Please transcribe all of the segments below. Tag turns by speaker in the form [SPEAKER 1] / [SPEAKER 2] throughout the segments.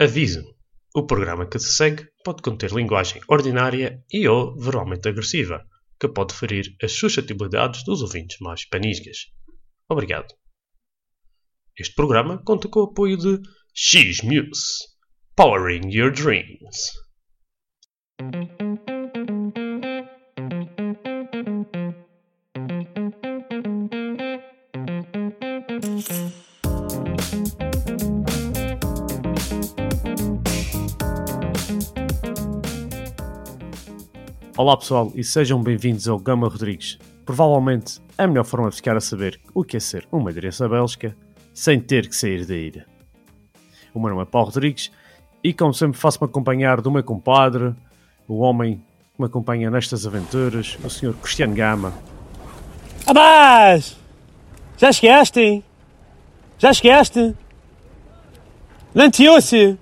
[SPEAKER 1] Aviso: o programa que se segue pode conter linguagem ordinária e/ou verbalmente agressiva, que pode ferir as suscetibilidades dos ouvintes mais panisgas. Obrigado. Este programa conta com o apoio de X-Muse Powering Your Dreams.
[SPEAKER 2] Olá pessoal e sejam bem-vindos ao Gama Rodrigues. Provavelmente a melhor forma de ficar a saber o que é ser uma direção à Bélgica sem ter que sair da ilha. O meu nome é Paulo Rodrigues e como sempre faço-me acompanhar do meu compadre, o homem que me acompanha nestas aventuras, o senhor Cristiano Gama.
[SPEAKER 3] Rapaz! Já chegaste? hein? Já chegaste? Lanteou-se?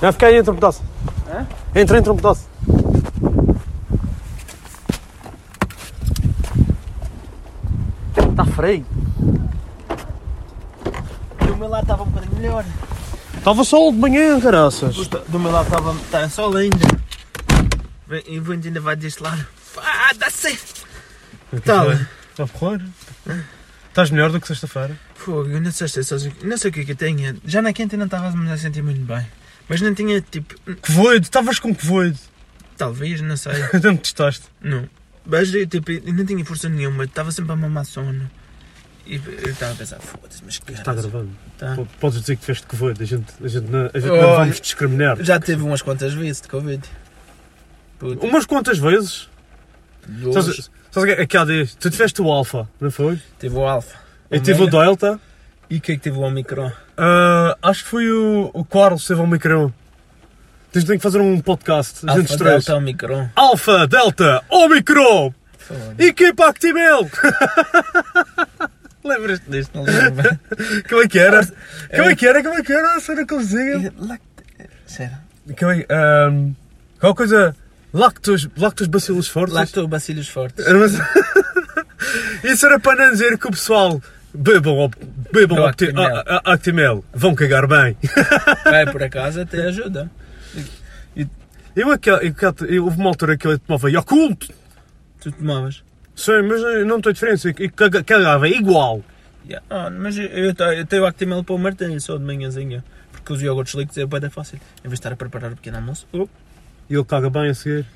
[SPEAKER 3] Não, fica aí, entra um pedaço. Entra, entra um pedaço.
[SPEAKER 4] Está freio. Do meu lado estava um bocadinho melhor.
[SPEAKER 3] Estava sol de manhã, caraças.
[SPEAKER 4] Do, do meu lado estava tá sol ainda. Vem- E o vento ainda vai deste lado. Ah, dá-se! Tá lá.
[SPEAKER 3] Está a correr? Estás melhor do que sexta-feira?
[SPEAKER 4] Fogo, eu não sei, se- só- não sei o que é que eu tinha. Já na quinta não estava a sentir muito bem. Mas não tinha, tipo,
[SPEAKER 3] Que voido, estavas com que voido.
[SPEAKER 4] talvez, não sei.
[SPEAKER 3] Não me testaste.
[SPEAKER 4] não. Mas eu, tipo, eu não tinha força nenhuma. Estava sempre a mamar sono. E eu estava a pensar, foda-se, mas que
[SPEAKER 3] Está
[SPEAKER 4] caralho.
[SPEAKER 3] gravando.
[SPEAKER 4] Tá.
[SPEAKER 3] P- Podes dizer que fez que voido, a gente, a gente, não, a gente
[SPEAKER 4] Oh.
[SPEAKER 3] não vamos discriminar.
[SPEAKER 4] Já teve umas quantas vezes de Covid. Puta,
[SPEAKER 3] Umas quantas vezes? Sabes, sabes o que é que há diz? Tu tiveste o Alfa, não foi?
[SPEAKER 4] Teve o Alfa.
[SPEAKER 3] Eu tive o
[SPEAKER 4] Omega.
[SPEAKER 3] Delta.
[SPEAKER 4] E o que é que teve o Omicron?
[SPEAKER 3] Ah, acho que foi o, o Carlos que teve o Omicron. Tens tem que fazer um podcast, a gente
[SPEAKER 4] Alfa,
[SPEAKER 3] os três.
[SPEAKER 4] Delta, Omicron.
[SPEAKER 3] Alfa, Delta, Omicron!
[SPEAKER 4] Foda-se.
[SPEAKER 3] Equipa Actimel! Lembras-te disso?
[SPEAKER 4] Não lembro bem.
[SPEAKER 3] Como é que era? Como é que era? Como é que era? A cena que eles diziam?
[SPEAKER 4] Sério.
[SPEAKER 3] Como é que- ahm, Qual coisa? Lactos, lactos bacilos fortes?
[SPEAKER 4] Lactobacilos fortes.
[SPEAKER 3] Era mais- Isso era para não dizer que o pessoal bebam, op- bebam
[SPEAKER 4] No
[SPEAKER 3] Acti-
[SPEAKER 4] Actimel.
[SPEAKER 3] a- a- Actimel, vão cagar bem.
[SPEAKER 4] Vai por acaso até ajuda.
[SPEAKER 3] Eu, aquel, eu, aquel- eu- houve uma altura que eu tomava Yakult,
[SPEAKER 4] Tu tomavas?
[SPEAKER 3] sim, mas eu não tem diferença, e caga- cagava igual.
[SPEAKER 4] Yeah. Ah, mas eu, eu, te- eu tenho Actimel para o Martinho só de manhãzinha. Porque os iogurtes líquidos é bem fácil. Em vez de estar a preparar o pequeno almoço, oh,
[SPEAKER 3] E ele caga bem a seguir.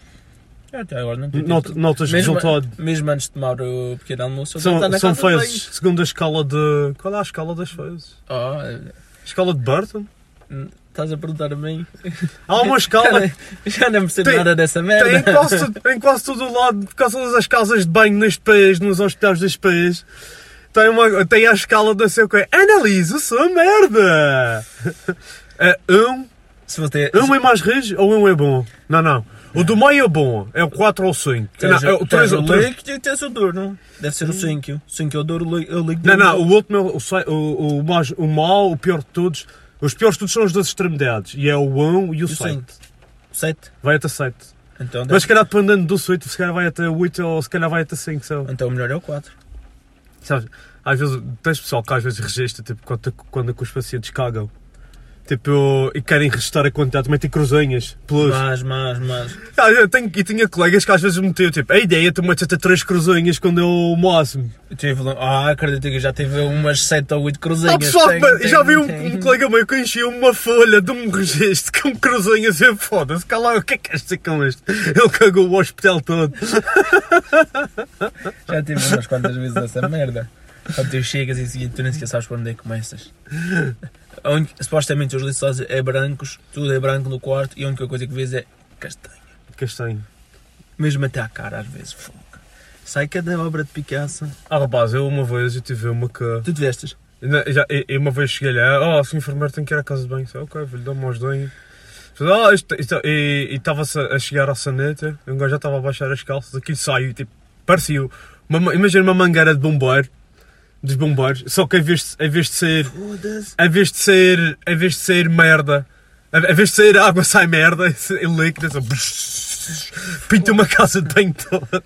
[SPEAKER 4] eu É, até agora não tenho.
[SPEAKER 3] Not, notas de
[SPEAKER 4] mesmo,
[SPEAKER 3] resultado.
[SPEAKER 4] mesmo antes de tomar o pequeno almoço, eu tenho que estar
[SPEAKER 3] São,
[SPEAKER 4] na
[SPEAKER 3] são
[SPEAKER 4] casa de banho.
[SPEAKER 3] fezes, segundo a escala de. Qual é a escala das fezes?
[SPEAKER 4] Oh,
[SPEAKER 3] Escala de Burton?
[SPEAKER 4] estás a perguntar a mim?
[SPEAKER 3] Há uma escala.
[SPEAKER 4] Já não percebo
[SPEAKER 3] Tem-
[SPEAKER 4] nada dessa
[SPEAKER 3] Tem
[SPEAKER 4] merda.
[SPEAKER 3] em quase, tudo- em quase todo o lado, quase todas as casas de banho neste país, nos hospitais deste país, tem, uma, tem a escala da seu que analisa sua merda! É, um,
[SPEAKER 4] Se você.
[SPEAKER 3] um é mais rijo ou um é bom? Não, não. O do meio é bom, é o 4 ou 5. Não,
[SPEAKER 4] Tens,
[SPEAKER 3] é o 3 ou
[SPEAKER 4] o
[SPEAKER 3] 3.
[SPEAKER 4] líquido e tens o duro, não? Deve ser o 5. 5 é o duro, o lí- o líquido.
[SPEAKER 3] Não, não, o último, é o, sei- o, o, mais, o mau, o pior de todos. Os piores de todos são os das extremidades, e é o 1 e o
[SPEAKER 4] E o
[SPEAKER 3] 7.
[SPEAKER 4] 7. 7.
[SPEAKER 3] Vai até 7.
[SPEAKER 4] Então,
[SPEAKER 3] Mas se calhar dependendo do 8, se calhar vai até 8 ou se calhar vai até 5. Só.
[SPEAKER 4] deve- então o melhor é o 4.
[SPEAKER 3] Sabes, às vezes, tens pessoal que às vezes registra, tipo, quando, quando é que os pacientes cagam. Tipo, e querem registrar a quantidade, metem cruzinhas, plus.
[SPEAKER 4] Mas, mas, mas.
[SPEAKER 3] Ah, eu tenho, e tinha colegas que às vezes metiam, tipo, a ideia tu metes até 3 cruzinhas quando é o máximo.
[SPEAKER 4] Eu tive, ah, acredito que eu já tive umas 7 ou 8 cruzinhas.
[SPEAKER 3] Ah, pessoal,
[SPEAKER 4] Tenho-
[SPEAKER 3] mas
[SPEAKER 4] tenho-
[SPEAKER 3] já vi um,
[SPEAKER 4] tenho.
[SPEAKER 3] um colega meu que enchia uma folha de um registro com cruzinhas e eu, foda-se, cala o que é que queres dizer com isto? Ele cagou o hospital todo.
[SPEAKER 4] Já tive umas quantas vezes essa merda. Quando tu chegas e seguinte, tu nem sequer sabes por onde é que começas. A única- supostamente os lençóis é brancos, tudo é branco no quarto e a única coisa que vês é castanho.
[SPEAKER 3] Castanho.
[SPEAKER 4] Mesmo até à cara, às vezes, fogo. Sai cada obra de Picasso.
[SPEAKER 3] Ah, rapaz, eu uma vez eu tive uma que.
[SPEAKER 4] Tu tivestes?
[SPEAKER 3] Não, eu já, eu, eu uma vez cheguei lá, oh, se o enfermeiro tem que ir à casa de banho, Eu disse, "Ah, ok, vou-lhe dar um uma ajudinha. Ah, isto, isto- e e estava-se a chegar à saneta, um gajo já estava a baixar as calças, aquilo saiu, tipo, parecia, uma ma- imagina uma mangueira de bombeiro, dos bombeiros, só que em vez de, em vez de ser,
[SPEAKER 4] Foda-se.
[SPEAKER 3] em vez de ser, em vez de ser merda, em em vez de ser assim, água sai merda, e se- e líquido, só, pinta uma casa de banho toda.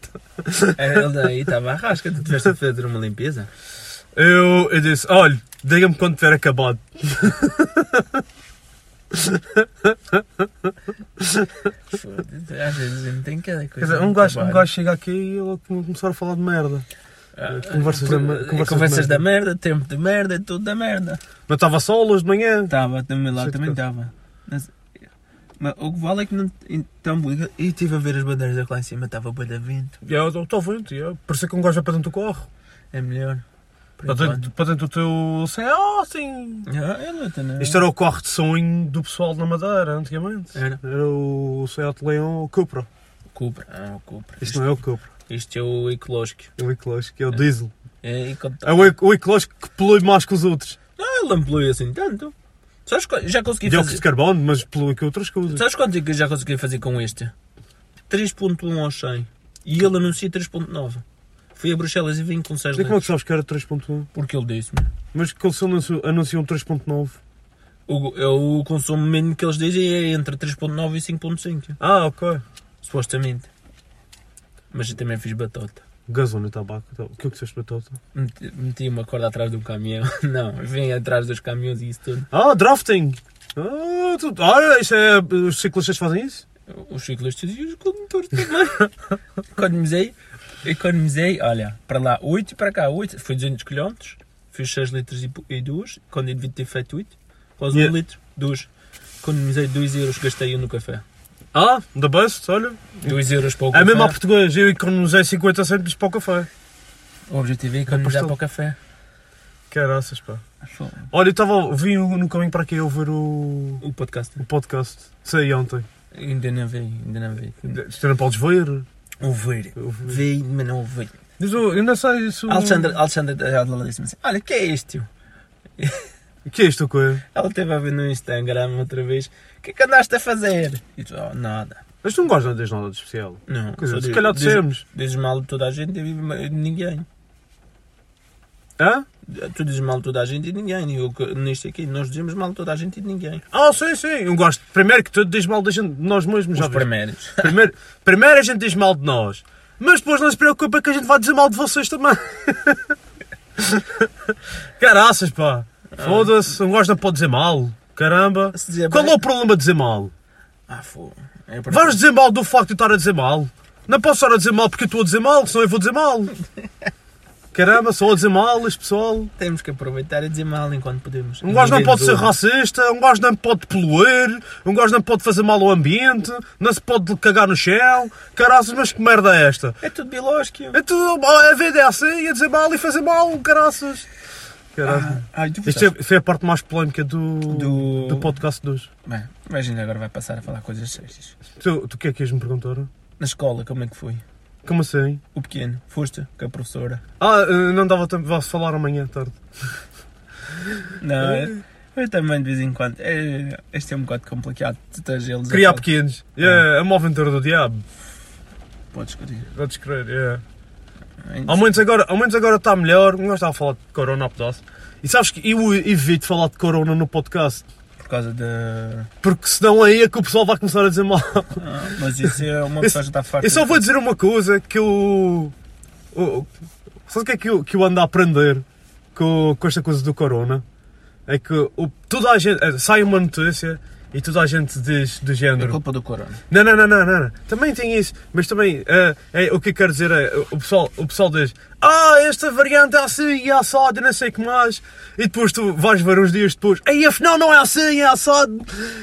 [SPEAKER 4] É, Ele daí estava à rasca, tu tiveste a fazer uma limpeza.
[SPEAKER 3] Eu, eu disse, olha, diga-me quando tiver acabado.
[SPEAKER 4] Foda-se, às vezes não tem cada
[SPEAKER 3] Quer
[SPEAKER 4] coisa.
[SPEAKER 3] dizer, um gajo, um gajo chega aqui e ele começou a falar de merda.
[SPEAKER 4] Ah, por-
[SPEAKER 3] conversas da mer- conversas
[SPEAKER 4] conversas
[SPEAKER 3] de
[SPEAKER 4] da merda, tempo de merda, é tudo da merda.
[SPEAKER 3] Mas estava só hoje de manhã.
[SPEAKER 4] Estava, do meu lado
[SPEAKER 3] Sei que
[SPEAKER 4] também
[SPEAKER 3] tá.
[SPEAKER 4] estava. Mas, mas o que vale é que não. Então, e estive a ver as bandeiras lá em cima, estava bem de vento.
[SPEAKER 3] E É, eu estou vendo, yeah. parecia que um gajo vai para dentro do carro.
[SPEAKER 4] É melhor. Por
[SPEAKER 3] Para
[SPEAKER 4] enquanto.
[SPEAKER 3] dentro, para dentro do teu. Assim, ah, sim.
[SPEAKER 4] Ah, é luta, não é?
[SPEAKER 3] Isto era o carro de sonho do pessoal na Madeira, antigamente.
[SPEAKER 4] Era.
[SPEAKER 3] É. Era o Seat Leon, o Cupra.
[SPEAKER 4] Cupra. Ah, o Cupra.
[SPEAKER 3] Isto não é o Cupra,
[SPEAKER 4] Isto é o ecológico.
[SPEAKER 3] é o ecológico, é o diesel.
[SPEAKER 4] É, e quando-
[SPEAKER 3] É o, e- o ecológico que polui mais que os outros.
[SPEAKER 4] Não, ele não polui assim tanto. Sabes, qua- já consegui
[SPEAKER 3] Dióxido
[SPEAKER 4] fazer.
[SPEAKER 3] de é carbono, mas polui que outras coisas.
[SPEAKER 4] Sabes quanto é que eu já consegui fazer com este? 3.1 ao 100. E ele anuncia 3.9. Fui a Bruxelas e vim com 6
[SPEAKER 3] E como é
[SPEAKER 4] litros.
[SPEAKER 3] que sabes que era 3.1?
[SPEAKER 4] Porque ele disse-me.
[SPEAKER 3] Mas que eles anunciam- anunciam 3.9.
[SPEAKER 4] O, é o consumo mínimo que eles dizem é entre 3.9 e 5.5.
[SPEAKER 3] Ah, ok.
[SPEAKER 4] Supostamente. Mas eu também fiz batota.
[SPEAKER 3] Gasolina e tabaco. tá. O que é que disseste batota?
[SPEAKER 4] Meti, meti uma corda atrás de um caminhão. Não, vem atrás dos caminhões e isso tudo.
[SPEAKER 3] Ah, drafting! Ah, tu, olha, isto é, os ciclistas fazem isso?
[SPEAKER 4] Os ciclistas e os condutores também. economizei, economizei, olha, para lá 8 e para cá 8. Foi 200 km, fiz 6 litros e, pu- e 2, quando eu devia ter feito 8. Quase
[SPEAKER 3] Yeah.
[SPEAKER 4] 1 litro, 2. Economizei 2 euros, gastei um no café.
[SPEAKER 3] Ah, da best, olha.
[SPEAKER 4] 2 euros para o
[SPEAKER 3] É
[SPEAKER 4] café.
[SPEAKER 3] mesmo à português, eu economizei 50 cêntimos para o café.
[SPEAKER 4] O objetivo é economizar
[SPEAKER 3] Apostou.
[SPEAKER 4] para o café.
[SPEAKER 3] Caraças, pá. Olha, eu estava, vim no caminho para aqui ouvir o,
[SPEAKER 4] O podcast.
[SPEAKER 3] o podcast. Sei ontem.
[SPEAKER 4] Ainda não vi, ainda não vi.
[SPEAKER 3] Tu não podes ver?
[SPEAKER 4] Ouvir.
[SPEAKER 3] ouvir.
[SPEAKER 4] Vi, mas não ouvi.
[SPEAKER 3] Mas eu, eu não sei isso.
[SPEAKER 4] Alexandre, Alexandre, ela disse-me assim, olha, que é este? tio?
[SPEAKER 3] O que é isto, coisa?
[SPEAKER 4] Ela esteve a ver no Instagram outra vez, o que é que andaste a fazer? E tu, oh, nada.
[SPEAKER 3] Mas tu não gostas de nada de especial.
[SPEAKER 4] Não,
[SPEAKER 3] Quer dizer,
[SPEAKER 4] só
[SPEAKER 3] se
[SPEAKER 4] diz-
[SPEAKER 3] calhar
[SPEAKER 4] diz-
[SPEAKER 3] dissemos.
[SPEAKER 4] Dizes mal de toda a gente e vive de ninguém.
[SPEAKER 3] Hã?
[SPEAKER 4] Tu dizes mal de toda a gente e de ninguém. E eu, que- nisto aqui, nós dizemos mal de toda a gente e de ninguém.
[SPEAKER 3] Ah, sim, sim. Eu gosto. Primeiro que tudo diz mal da gente, de nós mesmos.
[SPEAKER 4] Os
[SPEAKER 3] já viste?
[SPEAKER 4] primeiros.
[SPEAKER 3] Primeiro, primeiro a gente diz mal de nós, mas depois não se preocupa que a gente vai dizer mal de vocês também. Caraças, pá. Foda-se, um gajo não pode dizer mal. Caramba.
[SPEAKER 4] Se dizer
[SPEAKER 3] Qual
[SPEAKER 4] bem-
[SPEAKER 3] é o problema de dizer mal?
[SPEAKER 4] Ah, fô. É para-
[SPEAKER 3] Vamos dizer mal do facto de eu estar a dizer mal. Não posso estar a dizer mal porque eu estou a dizer mal, senão eu vou dizer mal. Caramba, só a dizer mal este pessoal.
[SPEAKER 4] Temos que aproveitar e dizer mal enquanto podemos.
[SPEAKER 3] Um gajo não
[SPEAKER 4] Ninguém
[SPEAKER 3] pode
[SPEAKER 4] nos
[SPEAKER 3] ser
[SPEAKER 4] ouve.
[SPEAKER 3] racista, um gajo não pode poluir, um gajo não pode fazer mal ao ambiente, não se pode cagar no chão. Caraças, mas que merda é esta?
[SPEAKER 4] É tudo biológico.
[SPEAKER 3] É tudo, a vida é assim, ia dizer mal e fazer mal, caraças. Caraca.
[SPEAKER 4] Ai, tu
[SPEAKER 3] Isto é- foi a parte mais polémica do, do...
[SPEAKER 4] Ah. Do-
[SPEAKER 3] podcast de hoje.
[SPEAKER 4] Bem, imagina agora vai passar a falar coisas sérias.
[SPEAKER 3] Tu, tu o que é que ias me perguntar?
[SPEAKER 4] Na escola, como é que foi?
[SPEAKER 3] Como assim?
[SPEAKER 4] O pequeno, foste com a professora?
[SPEAKER 3] Ah, eh, não dava tempo, vá-se falar amanhã à tarde.
[SPEAKER 4] Não,
[SPEAKER 3] Hum.
[SPEAKER 4] eu, eu também de vez em quando. É, este é um bocado complicado. Tu tens eles. a
[SPEAKER 3] Criar
[SPEAKER 4] falar.
[SPEAKER 3] pequenos. É, é uma aventura do diabo.
[SPEAKER 4] Podes escolher.
[SPEAKER 3] Podes crer, é. Ao menos agora, ao menos agora está melhor. Um gajo estava a falar de corona a pedaço. E sabes que eu evito falar de corona no podcast.
[SPEAKER 4] Por causa da.
[SPEAKER 3] Porque senão aí é que o pessoal vai começar a dizer mal.
[SPEAKER 4] Ah, mas isso é uma
[SPEAKER 3] Isso-
[SPEAKER 4] pessoa já está farta.
[SPEAKER 3] Eu só vou dizer uma coisa que eu. o- o- Sabe o que é que eu, que eu ando a aprender com, com esta coisa do corona? É que o- toda a gente. eh, Sai uma notícia e toda a gente diz do
[SPEAKER 4] É
[SPEAKER 3] género.
[SPEAKER 4] culpa do corona.
[SPEAKER 3] Não, não, não, não, não. não. Também tem isso. Mas também. eh, é, o que eu quero dizer é. O pessoal, o pessoal diz. Ah, esta variante é assim e é assado e não sei o que mais. E depois tu vais ver uns dias depois. Ei, afinal não é assim, é assado.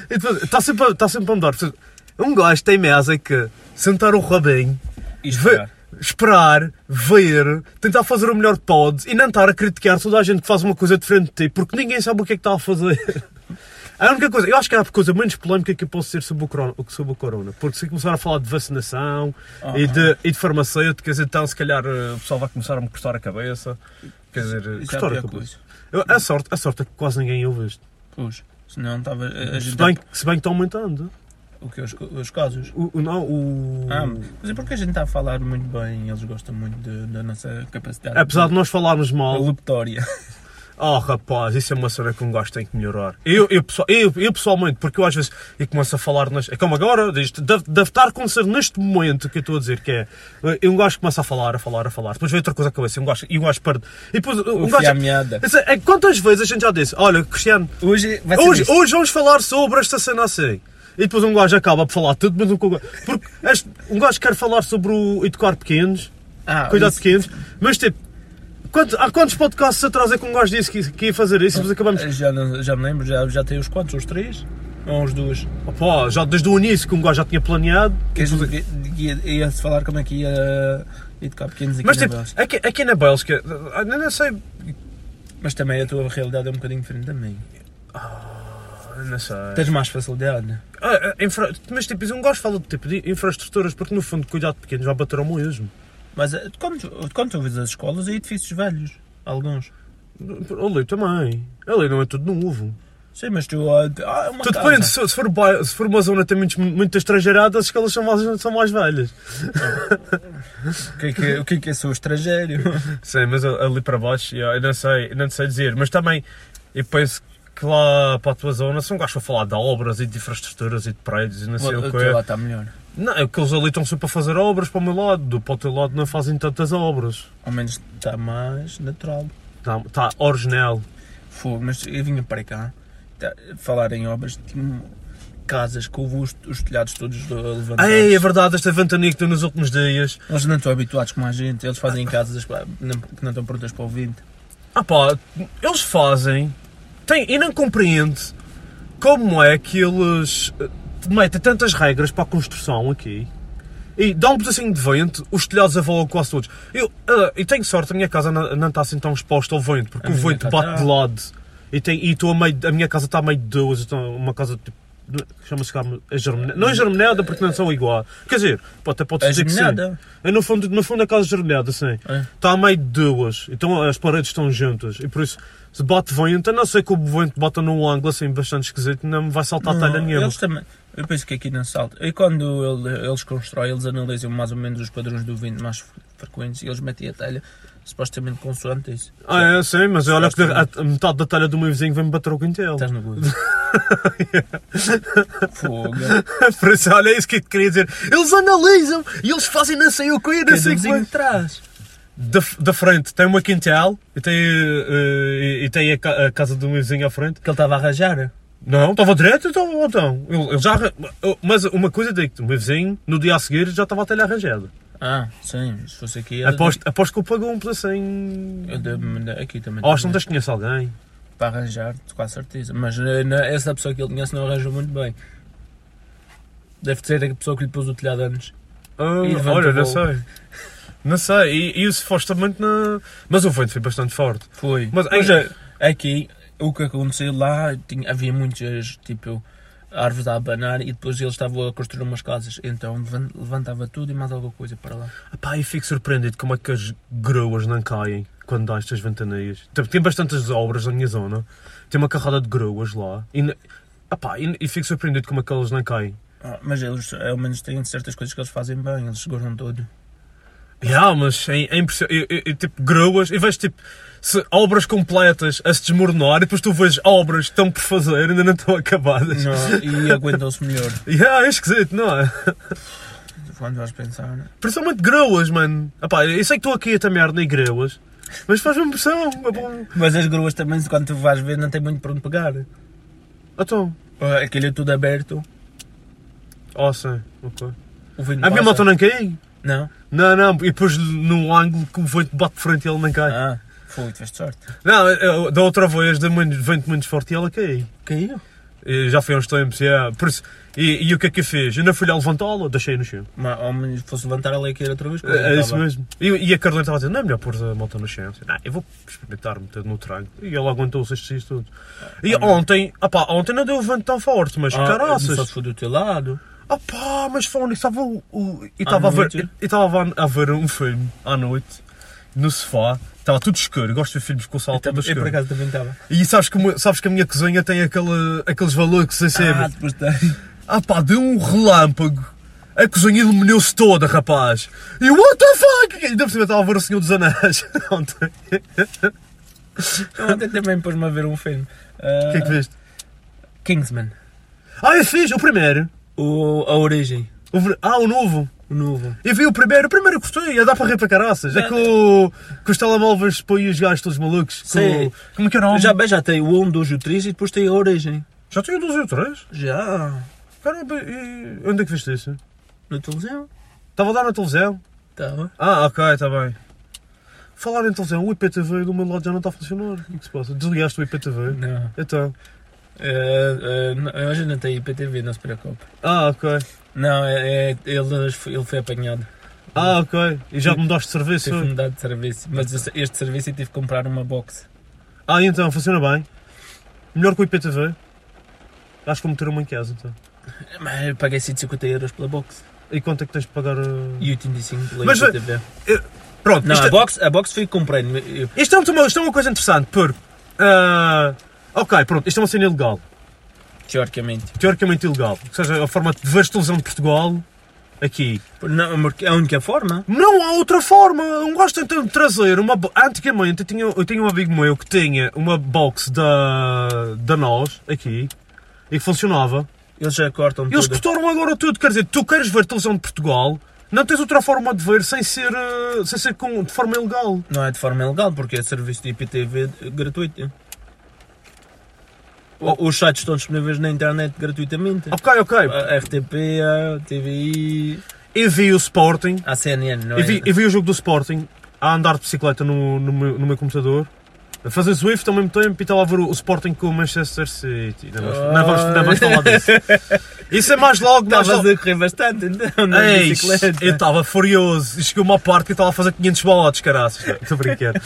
[SPEAKER 3] E depois. Está sempre, a- tá sempre a mudar. Portanto, Um gajo tem mesa que sentar o rabinho
[SPEAKER 4] E
[SPEAKER 3] ver,
[SPEAKER 4] esperar.
[SPEAKER 3] esperar, ver, tentar fazer o melhor que podes e não estar a criticar toda a gente que faz uma coisa diferente de ti, porque ninguém sabe o que é que está a fazer. A única coisa, eu acho que é a coisa menos polémica que eu posso dizer sobre o corona, sobre o corona porque se começar a falar de vacinação e, de, e de farmacêuticas, então se calhar eh, o pessoal vai começar a me cortar a cabeça. Quer dizer,
[SPEAKER 4] Isso é a
[SPEAKER 3] cortar a
[SPEAKER 4] pior
[SPEAKER 3] cabeça.
[SPEAKER 4] coisa.
[SPEAKER 3] Eu- a, sorte, a sorte é que quase ninguém ouve isto.
[SPEAKER 4] Pois. Senão estava. a- a
[SPEAKER 3] Se
[SPEAKER 4] gente- é
[SPEAKER 3] bem, que- se bem que está aumentando.
[SPEAKER 4] O que? Os, os casos?
[SPEAKER 3] O, o- não, o...
[SPEAKER 4] Ah, mas é porque a gente está a falar muito bem eles gostam muito de- da nossa capacidade.
[SPEAKER 3] Apesar de nós falarmos mal,
[SPEAKER 4] leptória.
[SPEAKER 3] Oh rapaz, isso é uma cena que um gajo tem que melhorar. Eu, eu, pessoal- eu, eu pessoalmente, porque eu às vezes eu começo a falar nas. É como agora, isto deve, deve estar a acontecer neste momento que eu estou a dizer, que é. eh, Um gajo começa a falar, a falar, a falar, depois vem outra coisa à cabeça, um gajo, e um gajo perde. E depois um
[SPEAKER 4] fio
[SPEAKER 3] gajo.
[SPEAKER 4] à meada.
[SPEAKER 3] Isso é- é, quantas vezes a gente já disse, olha, Cristiano,
[SPEAKER 4] Hoje vai ser
[SPEAKER 3] hoje,
[SPEAKER 4] isto.
[SPEAKER 3] hoje vamos falar sobre esta cena assim. E depois um gajo acaba por falar tudo, mas nunca. Porque este- um gajo quer falar sobre o educar pequenos,
[SPEAKER 4] Ah,
[SPEAKER 3] cuidar de
[SPEAKER 4] isso-
[SPEAKER 3] pequenos, mas tipo. quanto- há quantos podcasts atrás é que um gajo disse que, que ia fazer isso e depois acabamos.
[SPEAKER 4] Já, não- já me lembro, já, já tem uns quantos? Uns três? Ou uns dois?
[SPEAKER 3] Opá, já desde o início que um gajo já tinha planeado.
[SPEAKER 4] Que é ia-se falar como é que ia educar pequenos aqui
[SPEAKER 3] Mas
[SPEAKER 4] na
[SPEAKER 3] tipo,
[SPEAKER 4] Bélgica.
[SPEAKER 3] aqui, aqui na Bélgica, eu não sei.
[SPEAKER 4] Mas também a tua realidade é um bocadinho diferente também.
[SPEAKER 3] eu Não sei.
[SPEAKER 4] Tens mais facilidade, né?
[SPEAKER 3] Ah, ah, infra- Mas tipo, um gajo fala de, tipo, de infraestruturas, porque no fundo, cuidado de pequenos vai bater ao mesmo.
[SPEAKER 4] Mas eh, quando, tu- quando tu vês as escolas, é edifícios velhos. Alguns.
[SPEAKER 3] Ali também. Ali não é tudo novo.
[SPEAKER 4] Sim, mas tu. ah, Ah, uma
[SPEAKER 3] Tudo
[SPEAKER 4] casa.
[SPEAKER 3] depende, se, se for, bai- se for uma zona que tem muitos, muita estrangeirada, as escolas são mais, são mais velhas.
[SPEAKER 4] O que é que, o que é que é sou estrangeiro?
[SPEAKER 3] Sim, mas a- ali para baixo, yeah, eu não sei, eu não sei dizer. Mas também, eu penso que lá para a tua zona, se um gajo for falar de obras e de infraestruturas e de prédios e não sei o
[SPEAKER 4] o
[SPEAKER 3] que
[SPEAKER 4] teu lá
[SPEAKER 3] é.
[SPEAKER 4] está melhor.
[SPEAKER 3] Não, é que eles ali estão sempre a fazer obras para o meu lado, do para o teu lado não fazem tantas obras.
[SPEAKER 4] Ao menos está mais natural.
[SPEAKER 3] Está tá original.
[SPEAKER 4] Fogo, mas eu vinha para cá tá, falar em obras, tinha casas que houve os, os telhados todos do- levantados.
[SPEAKER 3] Ei, é verdade, esta ventania que deu nos últimos dias.
[SPEAKER 4] Eles não estão habituados com a gente, eles fazem em casas que não que não estão prontas para o vento.
[SPEAKER 3] Ah pá, eles fazem. Tem, eu não compreendo como é que eles eh, metem tantas regras para a construção aqui. E dá um pedacinho de vento, os telhados avoam quase todos. Eu, eh, eu tenho sorte, a minha casa não, não está assim tão exposta ao vento, porque
[SPEAKER 4] A
[SPEAKER 3] o
[SPEAKER 4] minha
[SPEAKER 3] vento
[SPEAKER 4] casa
[SPEAKER 3] bate
[SPEAKER 4] tá.
[SPEAKER 3] de lado. E, tem, e estou a, meio, a minha casa está a meio de duas, então uma casa tipo. de- Chama-se cá a germinada. Não é germinada porque não são iguais. Quer dizer, pô, até pode
[SPEAKER 4] A
[SPEAKER 3] dizer que sim.
[SPEAKER 4] germinada?
[SPEAKER 3] É no fundo, no fundo a casa germinada, sim.
[SPEAKER 4] É.
[SPEAKER 3] Está a meio de duas, então as paredes estão juntas. E por isso, se bate vento, a não ser que o vento bota num ângulo assim bastante esquisito, não me vai saltar
[SPEAKER 4] Não,
[SPEAKER 3] talha nenhuma.
[SPEAKER 4] Eles também. Eu penso que aqui não salta. E quando ele- eles constroem, eles analisam mais ou menos os padrões do vento mais fre- frequentes e eles metem a telha supostamente consoante isso.
[SPEAKER 3] Ah, é, sim, mas olha que a,
[SPEAKER 4] Supostamente.
[SPEAKER 3] a metade da telha do meu vizinho vem-me bater o quintel.
[SPEAKER 4] Estás no gozo. Fogo.
[SPEAKER 3] por isso, olha é isso que eu te queria dizer. Eles analisam e eles fazem não sei o que, não
[SPEAKER 4] Cada
[SPEAKER 3] sei o
[SPEAKER 4] vizinho
[SPEAKER 3] que.
[SPEAKER 4] de trás.
[SPEAKER 3] Da, da frente tem uma quintal e tem, eh, e, e tem a, ca- a casa do meu vizinho à frente.
[SPEAKER 4] Que ele estava a rajar.
[SPEAKER 3] Não, estava direto, então, ou então. Ele, ele já, arran- mas uma coisa digo-te, o meu vizinho, no dia a seguir, já estava a telha arranjada.
[SPEAKER 4] Ah, sim. Se fosse aqui. eu-
[SPEAKER 3] Aposto, aposto que ele pagou um pedacinho.
[SPEAKER 4] Eu devo mandar aqui também.
[SPEAKER 3] Oh, se não tens conhece alguém.
[SPEAKER 4] Para arranjar, com a certeza. Mas eh, na- essa pessoa que ele conhece não arranjou muito bem. Deve ser a pessoa que lhe pôs o telhado antes.
[SPEAKER 3] Ah,
[SPEAKER 4] E levantou
[SPEAKER 3] olha, não
[SPEAKER 4] o-
[SPEAKER 3] sei. Não sei, e, e o supostamente na. Mas o vento foi bastante forte.
[SPEAKER 4] Foi. é.
[SPEAKER 3] Mas,
[SPEAKER 4] Mas,
[SPEAKER 3] em-
[SPEAKER 4] aqui, o que aconteceu lá, tinha- havia muitas, tipo, árvores a abanar e depois eles estavam a construir umas casas. Então levan- levantava tudo e mais alguma coisa para lá.
[SPEAKER 3] Epá, e fico surpreendido como é que as gruas não caem quando dá estas ventanias. Tipo, tem bastantes obras na minha zona. Tem uma carrada de gruas lá. E, n- epá, e, e fico surpreendido como é que elas não caem.
[SPEAKER 4] Ah, Mas eles, ao menos, têm certas coisas que eles fazem bem, eles seguram tudo.
[SPEAKER 3] Yeah, mas é, é impressionante. tipo, gruas, e vejo tipo se- obras completas a se desmoronar e depois tu vês obras que estão por fazer e ainda não estão acabadas.
[SPEAKER 4] Não, e aguentam-se melhor.
[SPEAKER 3] Yeah, é esquisito, não é?
[SPEAKER 4] Quando vais pensar, né?
[SPEAKER 3] Principalmente gruas, mano. Epá, eu sei que estou aqui a tamear nem gruas, mas faz-me impressão. é bom.
[SPEAKER 4] Mas as gruas também, quando tu vais ver, não tem muito para onde pegar.
[SPEAKER 3] Então,
[SPEAKER 4] Ah, Aquilo é tudo aberto.
[SPEAKER 3] oh, sim, ok.
[SPEAKER 4] O vento
[SPEAKER 3] A minha
[SPEAKER 4] passa.
[SPEAKER 3] moto não cai?
[SPEAKER 4] Não?
[SPEAKER 3] Não, não, e depois num ângulo que o vento bate de frente e ele não cai.
[SPEAKER 4] Ah, foi, tiveste sorte.
[SPEAKER 3] Não, eu- da outra vez, de muito- vento muito forte e ela caiu.
[SPEAKER 4] Caiu?
[SPEAKER 3] E Já foi há uns tempos, yeah. Por isso- e, e o que é que eu fiz? Eu não fui lá levantá-la, deixei no chão.
[SPEAKER 4] Mas ao menos fosse levantar a lei que era outra vez.
[SPEAKER 3] É, é isso
[SPEAKER 4] coitava.
[SPEAKER 3] mesmo. E, e a Carolina estava a dizer, não é melhor pôr a moto no chão. Eu disse, Não, eu vou experimentar meter no tranco. E ela aguentou os exercícios todos. E ontem, opá, ontem não deu o vento tão forte, mas
[SPEAKER 4] Ah, Só
[SPEAKER 3] caraças.
[SPEAKER 4] se for do teu lado.
[SPEAKER 3] Opá, mas Fónix, estava o- o-
[SPEAKER 4] À
[SPEAKER 3] e estava a ver,
[SPEAKER 4] noite?
[SPEAKER 3] e- e estava a ver um filme à noite, no sofá. Estava tudo escuro, eu gosto de ver filmes com o sol todo
[SPEAKER 4] Eu
[SPEAKER 3] escuro.
[SPEAKER 4] Então, por acaso também estava.
[SPEAKER 3] E sabes que, o meu- sabes que a minha cozinha tem aquele, aqueles valores que se recebe.
[SPEAKER 4] Ah, depois tem.
[SPEAKER 3] Ah pá, deu um relâmpago. A cozinha iluminou-se toda, rapaz. E what the fuck? Ainda por cima estava a ver o Senhor dos Anéis ontem.
[SPEAKER 4] Eu ontem também pôs-me a ver um filme. Ah,
[SPEAKER 3] O que é que viste?
[SPEAKER 4] Kingsman.
[SPEAKER 3] Ah, eu fiz, o primeiro.
[SPEAKER 4] O, a origem.
[SPEAKER 3] O ver- ah, o novo.
[SPEAKER 4] O novo.
[SPEAKER 3] Eu vi o primeiro, o primeiro gostei, ia dar para rir para caraças. É que, o, que os telemóveis põem os gajos todos malucos. com-
[SPEAKER 4] Sim.
[SPEAKER 3] como é que era o nome?
[SPEAKER 4] Já, bem, já tem o 1, 2 e o 3 e depois tem a origem.
[SPEAKER 3] já tinha 12 ou 3?
[SPEAKER 4] Já.
[SPEAKER 3] Caramba, e onde é que viste isso?
[SPEAKER 4] Na televisão.
[SPEAKER 3] Estava a dar na televisão?
[SPEAKER 4] Tá. bom.
[SPEAKER 3] Ah, ok, está bem. Falar em televisão, o IPTV do meu lado já não está a funcionar. O que se passa? Desligaste o IPTV?
[SPEAKER 4] Não.
[SPEAKER 3] Então.
[SPEAKER 4] Eh, eh, não, hoje não tem IPTV, não se preocupe.
[SPEAKER 3] Ah, ok.
[SPEAKER 4] Não, é, é- ele, foi- ele foi apanhado.
[SPEAKER 3] Ah, ok. E já mudaste de serviço?
[SPEAKER 4] Tive mudado de serviço. Mas esse- este serviço eu tive que comprar uma box.
[SPEAKER 3] Ah, então, funciona bem. Melhor que o IPTV. Acho que vou meter uma em casa, então.
[SPEAKER 4] Mas eu paguei 150 euros pela box.
[SPEAKER 3] E quanto é que tens de pagar? uh,
[SPEAKER 4] E 85 pela
[SPEAKER 3] Mas,
[SPEAKER 4] IPTV.
[SPEAKER 3] Pronto,
[SPEAKER 4] Não,
[SPEAKER 3] isto,
[SPEAKER 4] a
[SPEAKER 3] é-
[SPEAKER 4] box, a box foi que comprei. Eu-
[SPEAKER 3] isto é, uma, isto é uma coisa interessante, porque... ah, ok, pronto, isto é uma cena ilegal.
[SPEAKER 4] Teoricamente.
[SPEAKER 3] Teoricamente é ilegal. Ou seja, a forma de ver televisão de Portugal, aqui.
[SPEAKER 4] Não, porque é a única forma.
[SPEAKER 3] Não há outra forma. Um gajo tenta trazer uma. bo- Antigamente eu tinha, eu tinha um amigo meu que tinha uma box da, da nós aqui e que funcionava.
[SPEAKER 4] Eles já cortam
[SPEAKER 3] Eles
[SPEAKER 4] tudo.
[SPEAKER 3] cortaram agora tudo. Quer dizer, tu queres ver televisão de Portugal, não tens outra forma de ver sem ser, eh, sem ser com, de forma ilegal.
[SPEAKER 4] Não é de forma ilegal, porque é serviço de IPTV gratuito. O- Os sites estão disponíveis na internet gratuitamente.
[SPEAKER 3] Ok, ok.
[SPEAKER 4] A RTP, a TVI,
[SPEAKER 3] Eu vi o Sporting,
[SPEAKER 4] a CNN, não é?
[SPEAKER 3] eu vi, eu vi o jogo do Sporting a andar de bicicleta no, no, meu, no meu computador. A fazer Swift ao mesmo tempo e estava a ver o o Sporting com o Manchester City. Não vamos, não vamos, não vamos falar disso. Isso é mais logo, mais logo.
[SPEAKER 4] Estavas a correr bastante, então, na
[SPEAKER 3] Ei,
[SPEAKER 4] bicicleta.
[SPEAKER 3] eu estava furioso. E Chegou uma parte que eu estava a fazer 500 balotes, caraças. Não, Estou brincando.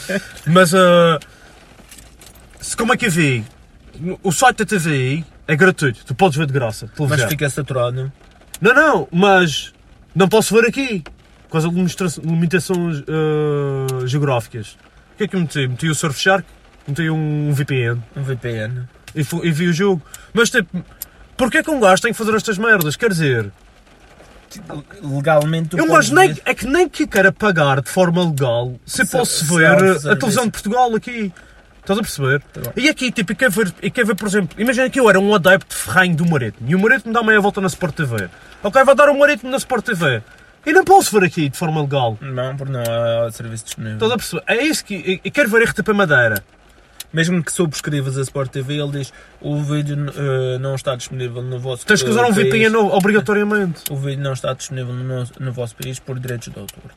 [SPEAKER 3] Mas, ah, se como é que eu vi? O site da TVI é gratuito. Tu podes ver de graça.
[SPEAKER 4] Mas
[SPEAKER 3] televisão.
[SPEAKER 4] fica saturado.
[SPEAKER 3] Não, não, mas não posso ver aqui. Com as administra- limitações ah, geográficas. O que é que eu meti? Meti o Surfshark, meti um VPN
[SPEAKER 4] Um VPN.
[SPEAKER 3] e, fu- e vi o jogo. Mas, tipo, porquê que um gajo tem que fazer estas merdas? Quer dizer,
[SPEAKER 4] Legalmente tu
[SPEAKER 3] Eu
[SPEAKER 4] podes
[SPEAKER 3] mas nem,
[SPEAKER 4] ver.
[SPEAKER 3] é que nem que eu queira pagar de forma legal se,
[SPEAKER 4] Se- se há
[SPEAKER 3] posso
[SPEAKER 4] um
[SPEAKER 3] ver a
[SPEAKER 4] serviço.
[SPEAKER 3] televisão de Portugal aqui. Estás a perceber?
[SPEAKER 4] Tá bom.
[SPEAKER 3] E aqui, tipo, e quer ver, e quer ver, por exemplo, imagina que eu era um adepto ferranho do Marítimo e o Marítimo dá meia volta na Sport TV. Ok, vai dar o Marítimo na Sport TV. E não posso ver aqui de forma legal.
[SPEAKER 4] Não, porque não há serviço disponível.
[SPEAKER 3] Estás a perceber? É isso que. E, e quero ver RTP Madeira.
[SPEAKER 4] Mesmo que subscrevas a Sport TV, ele diz o vídeo eh, não está disponível no vosso
[SPEAKER 3] Tens que usar
[SPEAKER 4] eh,
[SPEAKER 3] um
[SPEAKER 4] país.
[SPEAKER 3] VPN no- obrigatoriamente.
[SPEAKER 4] O vídeo não está disponível no, nosso- no vosso país por direitos de autor.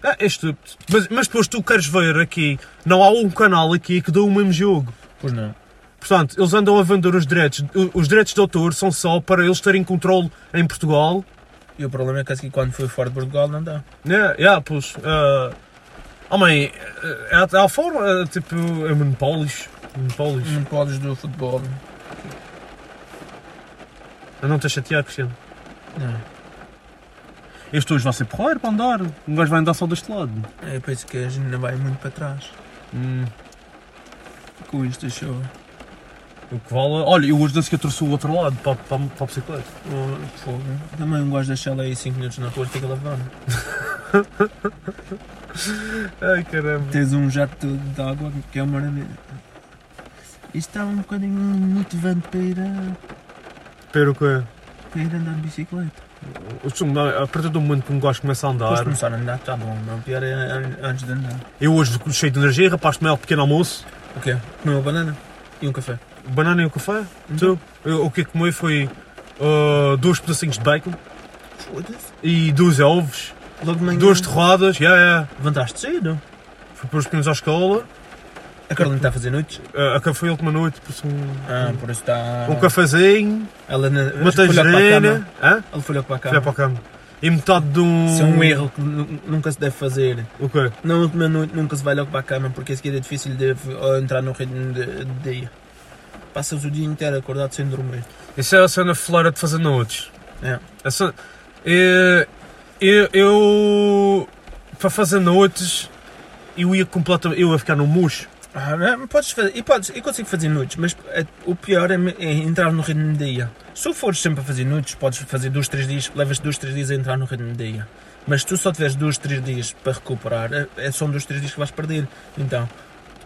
[SPEAKER 3] Ah, é estúpido. Mas, mas depois tu queres ver aqui, não há um canal aqui que dê o mesmo jogo.
[SPEAKER 4] Pois não.
[SPEAKER 3] Portanto, eles andam a vender os direitos. o- Os direitos de autor são só para eles terem controle em Portugal.
[SPEAKER 4] E o problema é que assim, quando foi fora de Portugal não dá.
[SPEAKER 3] Né? Yeah, pois. ah, homem, é há forma, ah, tipo, é monopólios. Monopólios.
[SPEAKER 4] Monopólios do futebol.
[SPEAKER 3] Eu não te chatear, Cristiano.
[SPEAKER 4] Não.
[SPEAKER 3] Este hoje vai ser porreiro para andar. Um gajo vai andar só deste lado.
[SPEAKER 4] É por isso que a gente não vai muito para trás.
[SPEAKER 3] Hum,
[SPEAKER 4] Com isto achou.
[SPEAKER 3] O que vale. Olha, eu hoje disse que eu trouxe o outro lado para, para, para a bicicleta.
[SPEAKER 4] Oh, fogo. Também não gosto de deixar ela aí 5 minutos na rua e fica lavando.
[SPEAKER 3] Ai caramba.
[SPEAKER 4] Tens um jato todo de água que é uma maravilha. Isto está um bocadinho motivante para ir, a,
[SPEAKER 3] Pero que.
[SPEAKER 4] para ir andar de bicicleta.
[SPEAKER 3] A partir do momento que um gajo começa a
[SPEAKER 4] Depois
[SPEAKER 3] andar.
[SPEAKER 4] de começar a andar está bom, não. Pior é an- antes de andar.
[SPEAKER 3] Eu hoje cheio de energia, rapaz, tomei ao pequeno almoço.
[SPEAKER 4] O quê? Comer uma banana e um café.
[SPEAKER 3] banana e o café. Tu? Eu- o que comi foi ah, dois pedacinhos de bacon
[SPEAKER 4] Foda-se.
[SPEAKER 3] e dois ovos,
[SPEAKER 4] Logo de manhã.
[SPEAKER 3] duas torradas. Yeah, yeah.
[SPEAKER 4] Levantaste cedo.
[SPEAKER 3] Fui pôr os pequenos à escola.
[SPEAKER 4] A Carolina está a fazer noites.
[SPEAKER 3] ah, a café a última noite, pus um,
[SPEAKER 4] Ah, É, por isso está.
[SPEAKER 3] um cafezinho,
[SPEAKER 4] Ela na...
[SPEAKER 3] uma
[SPEAKER 4] folhou
[SPEAKER 3] tangerina. Hã?
[SPEAKER 4] Ele folhou para a cama.
[SPEAKER 3] Fui para a cama. E metade de um.
[SPEAKER 4] Isso é um erro que nu- nunca se deve fazer.
[SPEAKER 3] O quê?
[SPEAKER 4] Na última noite nunca se vai logo para a cama porque a seguir é difícil de f- entrar no ritmo de, de dia. Passas o dia inteiro acordado sem dormir.
[SPEAKER 3] Isso é a cena fleira de fazer noites.
[SPEAKER 4] É.
[SPEAKER 3] A cena- É, eu, eu- Para fazer noites, eu ia completamente. Eu ia ficar no murcho.
[SPEAKER 4] Ah, não, podes fazer, e podes, eu consigo fazer noites, mas é- o pior é, me- é entrar no ritmo de dia. Se fores sempre a fazer noites, podes fazer dois, três dias, levas dois, três dias a entrar no ritmo de dia. Mas se tu só tiveres dois, três dias para recuperar, é, é só dois, três dias que vais perder. Então,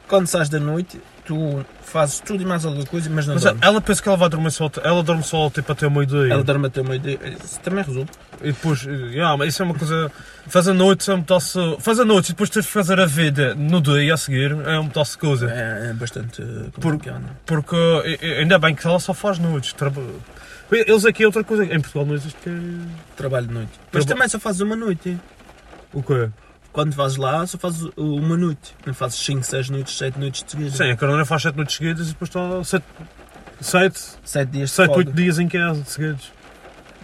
[SPEAKER 4] quando sais da noite, tu fazes tudo e mais alguma coisa, mas não
[SPEAKER 3] Mas
[SPEAKER 4] dormes.
[SPEAKER 3] ela pensa que ela vai dormir só, ela dorme só tipo até uma ideia.
[SPEAKER 4] Ela dorme até uma ideia. Isso também resulta.
[SPEAKER 3] E depois, yeah, mas isso é uma coisa. Faz a noite, é um pedaço. Faz a noite e depois tens de fazer a vida no dia a seguir, é um pedaço de coisa.
[SPEAKER 4] É, é bastante eh,
[SPEAKER 3] Por-
[SPEAKER 4] complicado.
[SPEAKER 3] Porque eh, eh, ainda bem que ela só faz noites. traba- Eles aqui é outra coisa. Em Portugal não existe. que-
[SPEAKER 4] Trabalho de noite. Mas
[SPEAKER 3] Traba-
[SPEAKER 4] também só fazes uma noite.
[SPEAKER 3] O quê?
[SPEAKER 4] Quando fazes lá, só fazes uma noite. Não fazes 5, 6 noites, 7 noites de seguida.
[SPEAKER 3] Sim, a Carolina faz 7 noites seguidas e depois está 7, 7,
[SPEAKER 4] 7 dias de
[SPEAKER 3] 7
[SPEAKER 4] folga.
[SPEAKER 3] 8 dias em casa seguidos.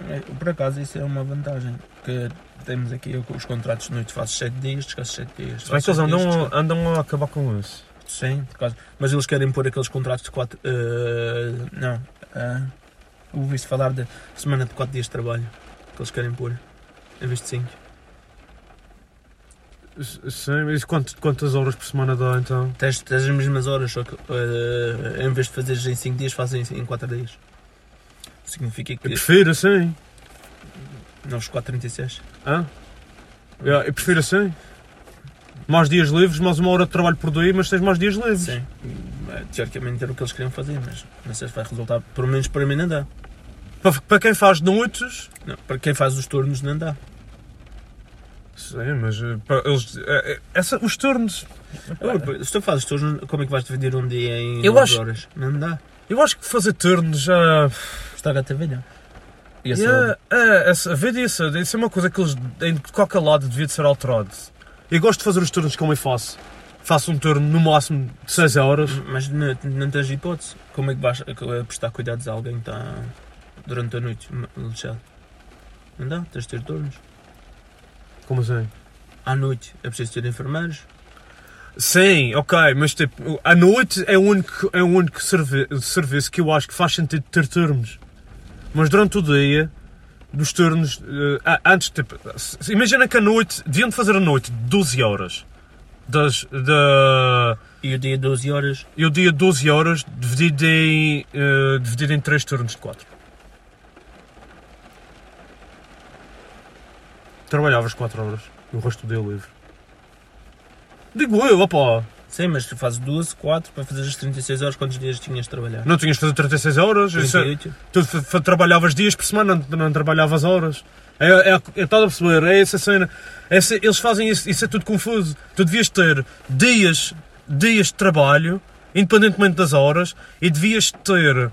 [SPEAKER 4] É, Por acaso, isso é uma vantagem. Que temos aqui eu com os contratos de noite, fazes 7 dias, descansas 7 dias.
[SPEAKER 3] Se bem
[SPEAKER 4] fazes
[SPEAKER 3] que eles
[SPEAKER 4] sete dias,
[SPEAKER 3] andam, a- andam a acabar com isso.
[SPEAKER 4] descansas- Sim, por acaso. mas eles querem pôr aqueles contratos de 4. não. ah, Ouviste falar de semana de 4 dias de trabalho que eles querem pôr, em vez de 5.
[SPEAKER 3] S- Sim, mas quant- quantas horas por semana dá então?
[SPEAKER 4] Tens, tens as mesmas horas, só que eh, em vez de fazeres em 5 dias, fazes em 4 dias. Significa
[SPEAKER 3] Eu
[SPEAKER 4] que.
[SPEAKER 3] prefiro assim.
[SPEAKER 4] Não, os 4,36.
[SPEAKER 3] Hã? Yeah, eu prefiro assim. Mais dias livres, mais uma hora de trabalho por dia, mas tens mais dias livres.
[SPEAKER 4] Sim. Eh, Teoricamente era o que eles queriam fazer, mas não sei se vai resultar. Pelo menos para mim não dá.
[SPEAKER 3] Para, para quem faz noites.
[SPEAKER 4] Não, para quem faz os turnos não dá.
[SPEAKER 3] Sim, mas eh, para eles. eh, eh, essa, os turnos.
[SPEAKER 4] Agora, se tu fazes os turnos, como é que vais dividir um dia em
[SPEAKER 3] Eu
[SPEAKER 4] nove
[SPEAKER 3] acho-
[SPEAKER 4] horas? Não dá.
[SPEAKER 3] Eu acho que fazer turnos já.
[SPEAKER 4] Estraga a TV, não. E a saúde?
[SPEAKER 3] Yeah, é, essa, a vida e a saúde, isso é uma coisa que eles, em qualquer lado devia de ser alterado. Eu gosto de fazer os turnos como eu faço. Faço um turno no máximo de 6 horas.
[SPEAKER 4] Mas não, não tens hipótese. Como é que vais eh, prestar cuidados a alguém que está durante a noite ma- lixado? Não dá, tens de ter turnos.
[SPEAKER 3] Como assim?
[SPEAKER 4] À noite é preciso ter enfermeiros.
[SPEAKER 3] Sim, ok, mas tipo, a noite é o único, é o único servi serviço que eu acho que faz sentido ter turnos. Mas durante o dia, dos turnos, eh, a- antes, tipo, se- se- imagina que a noite, deviam de fazer a noite 12 horas. Das, da,
[SPEAKER 4] E o dia 12 horas,
[SPEAKER 3] eu dia 12 horas dividido em, eh, dividido em 3 turnos de 4. Trabalhavas 4 horas e o resto do dia livre. Digo eu, opá.
[SPEAKER 4] sim, mas tu fazes 12, 4 para fazer as 36 horas, quantos dias tinhas de trabalhar?
[SPEAKER 3] Não tinhas de fazer 36 horas? Isso, é-
[SPEAKER 4] 38?
[SPEAKER 3] tu fa- fa- trabalhavas dias por semana, não, não trabalhavas horas. É, é, é, estás a perceber? É essa cena. Essa- eles fazem isso, isso é tudo confuso. Tu devias ter dias, dias de trabalho, independentemente das horas, e devias ter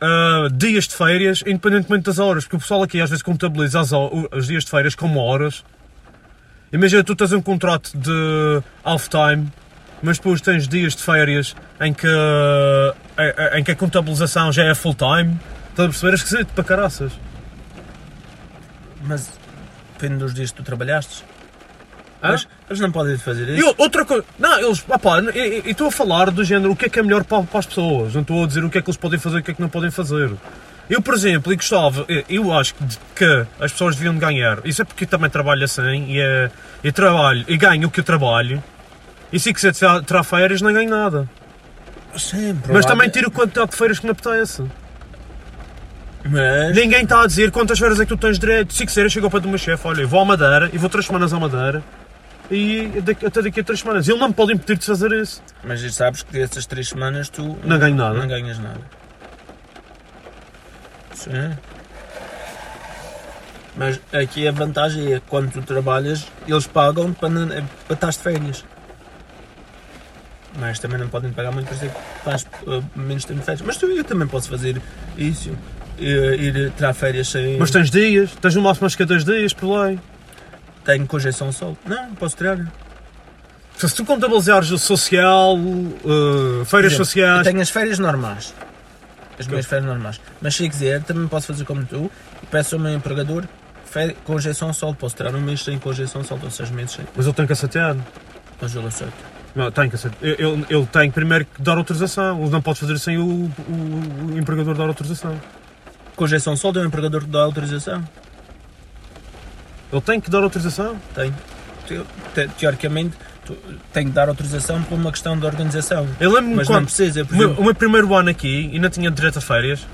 [SPEAKER 3] ah, dias de férias, independentemente das horas. Porque o pessoal aqui às vezes contabiliza as ho- os dias de férias como horas. Imagina, tu tens um contrato de half-time, mas depois tens dias de férias em que, eh, em- em que a contabilização já é full-time. Estás a perceber? É esquisito para caraças.
[SPEAKER 4] Mas depende dos dias que tu trabalhaste.
[SPEAKER 3] Hã?
[SPEAKER 4] Mas eles não podem fazer
[SPEAKER 3] E
[SPEAKER 4] isso.
[SPEAKER 3] o- outra coisa. Não, eles. Ah pá, eu- eu eu estou a falar do género o que é que é melhor para, para as pessoas. Não estou a dizer o que é que eles podem fazer e o que é que não podem fazer. Eu, por exemplo, e gostava. eu- Eu acho que, de- que as pessoas deviam de ganhar. Isso é porque eu também trabalho assim e, é, e trabalho e ganho o que eu trabalho. E se quiser tirar tirar férias, não ganho nada.
[SPEAKER 4] Sim,
[SPEAKER 3] Mas
[SPEAKER 4] provável.
[SPEAKER 3] também tiro quantidade de férias que me apetece.
[SPEAKER 4] Mas
[SPEAKER 3] Ninguém está a dizer quantas férias é que tu tens direito. Se quiseres, chega ao pé do meu chefe, olha, eu vou à Madeira e vou três semanas à Madeira e daqui- até daqui a três semanas. Ele não me pode impedir de fazer isso.
[SPEAKER 4] Mas já sabes que essas três semanas tu
[SPEAKER 3] Não ganho nada.
[SPEAKER 4] Ah, não ganhas nada. Sim. Mas aqui a vantagem é que quando tu trabalhas, eles pagam para, não, é, para estar de férias. Mas também não podem pagar muito, por isso é que estás eh, menos tempo de férias. Mas tu, eu também posso fazer isso. eh, Ir tirar férias sem.
[SPEAKER 3] Mas tens dias, tens no máximo acho que é dois dias por lei.
[SPEAKER 4] Tenho congestão sol. Não, posso tirar.
[SPEAKER 3] Se tu contabilizares o social, eh, feiras
[SPEAKER 4] Por exemplo,
[SPEAKER 3] sociais.
[SPEAKER 4] Eu tenho as férias normais. As minhas férias normais. Mas se quiser, também posso fazer como tu. Peço ao meu empregador fe- congestão sol. Posso tirar um mês sem congestão sol, ou seis meses sem
[SPEAKER 3] Mas ele tem que aceitar.
[SPEAKER 4] congelo sol.
[SPEAKER 3] Não, tem que aceitar. Ele- Ele, ele tem primeiro que dar autorização. Ele não pode fazer sem o, o- o empregador dar autorização.
[SPEAKER 4] Congestão sol tem um empregador que dá autorização?
[SPEAKER 3] Ele tem que dar autorização.
[SPEAKER 4] Tem. Te- te- Teoricamente, tu- tem que dar autorização por uma questão de organização.
[SPEAKER 3] Eu lembro-me
[SPEAKER 4] Mas
[SPEAKER 3] quando.
[SPEAKER 4] não precisa, por
[SPEAKER 3] O meu,
[SPEAKER 4] exemplo.
[SPEAKER 3] o meu primeiro ano aqui, ainda tinha direito a férias,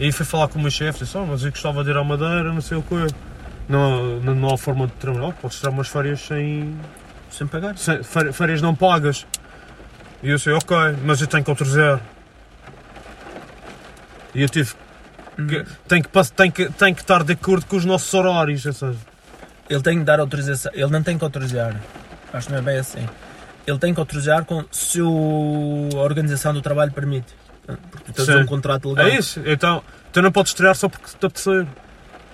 [SPEAKER 3] e fui falar com o meu chefe, disse, oh, mas eu gostava de ir à Madeira, não sei o quê. Não, não, não há forma de trabalhar, podes tirar umas férias sem,
[SPEAKER 4] Sem pagar.
[SPEAKER 3] sem- féri- férias não pagas. E eu sei, ok, mas eu tenho que autorizar. E eu tive. que- Tenho, que, pass- tenho, que, tenho que estar de acordo com os nossos horários. Ou seja,
[SPEAKER 4] Ele tem que dar autorização. Ele não tem que autorizar. Acho que não é bem assim. Ele tem que autorizar com, se o- a organização do trabalho permite. Porque tu tens
[SPEAKER 3] Sim.
[SPEAKER 4] um contrato legal.
[SPEAKER 3] é isso. Então, tu não podes estrear só porque te apetecer.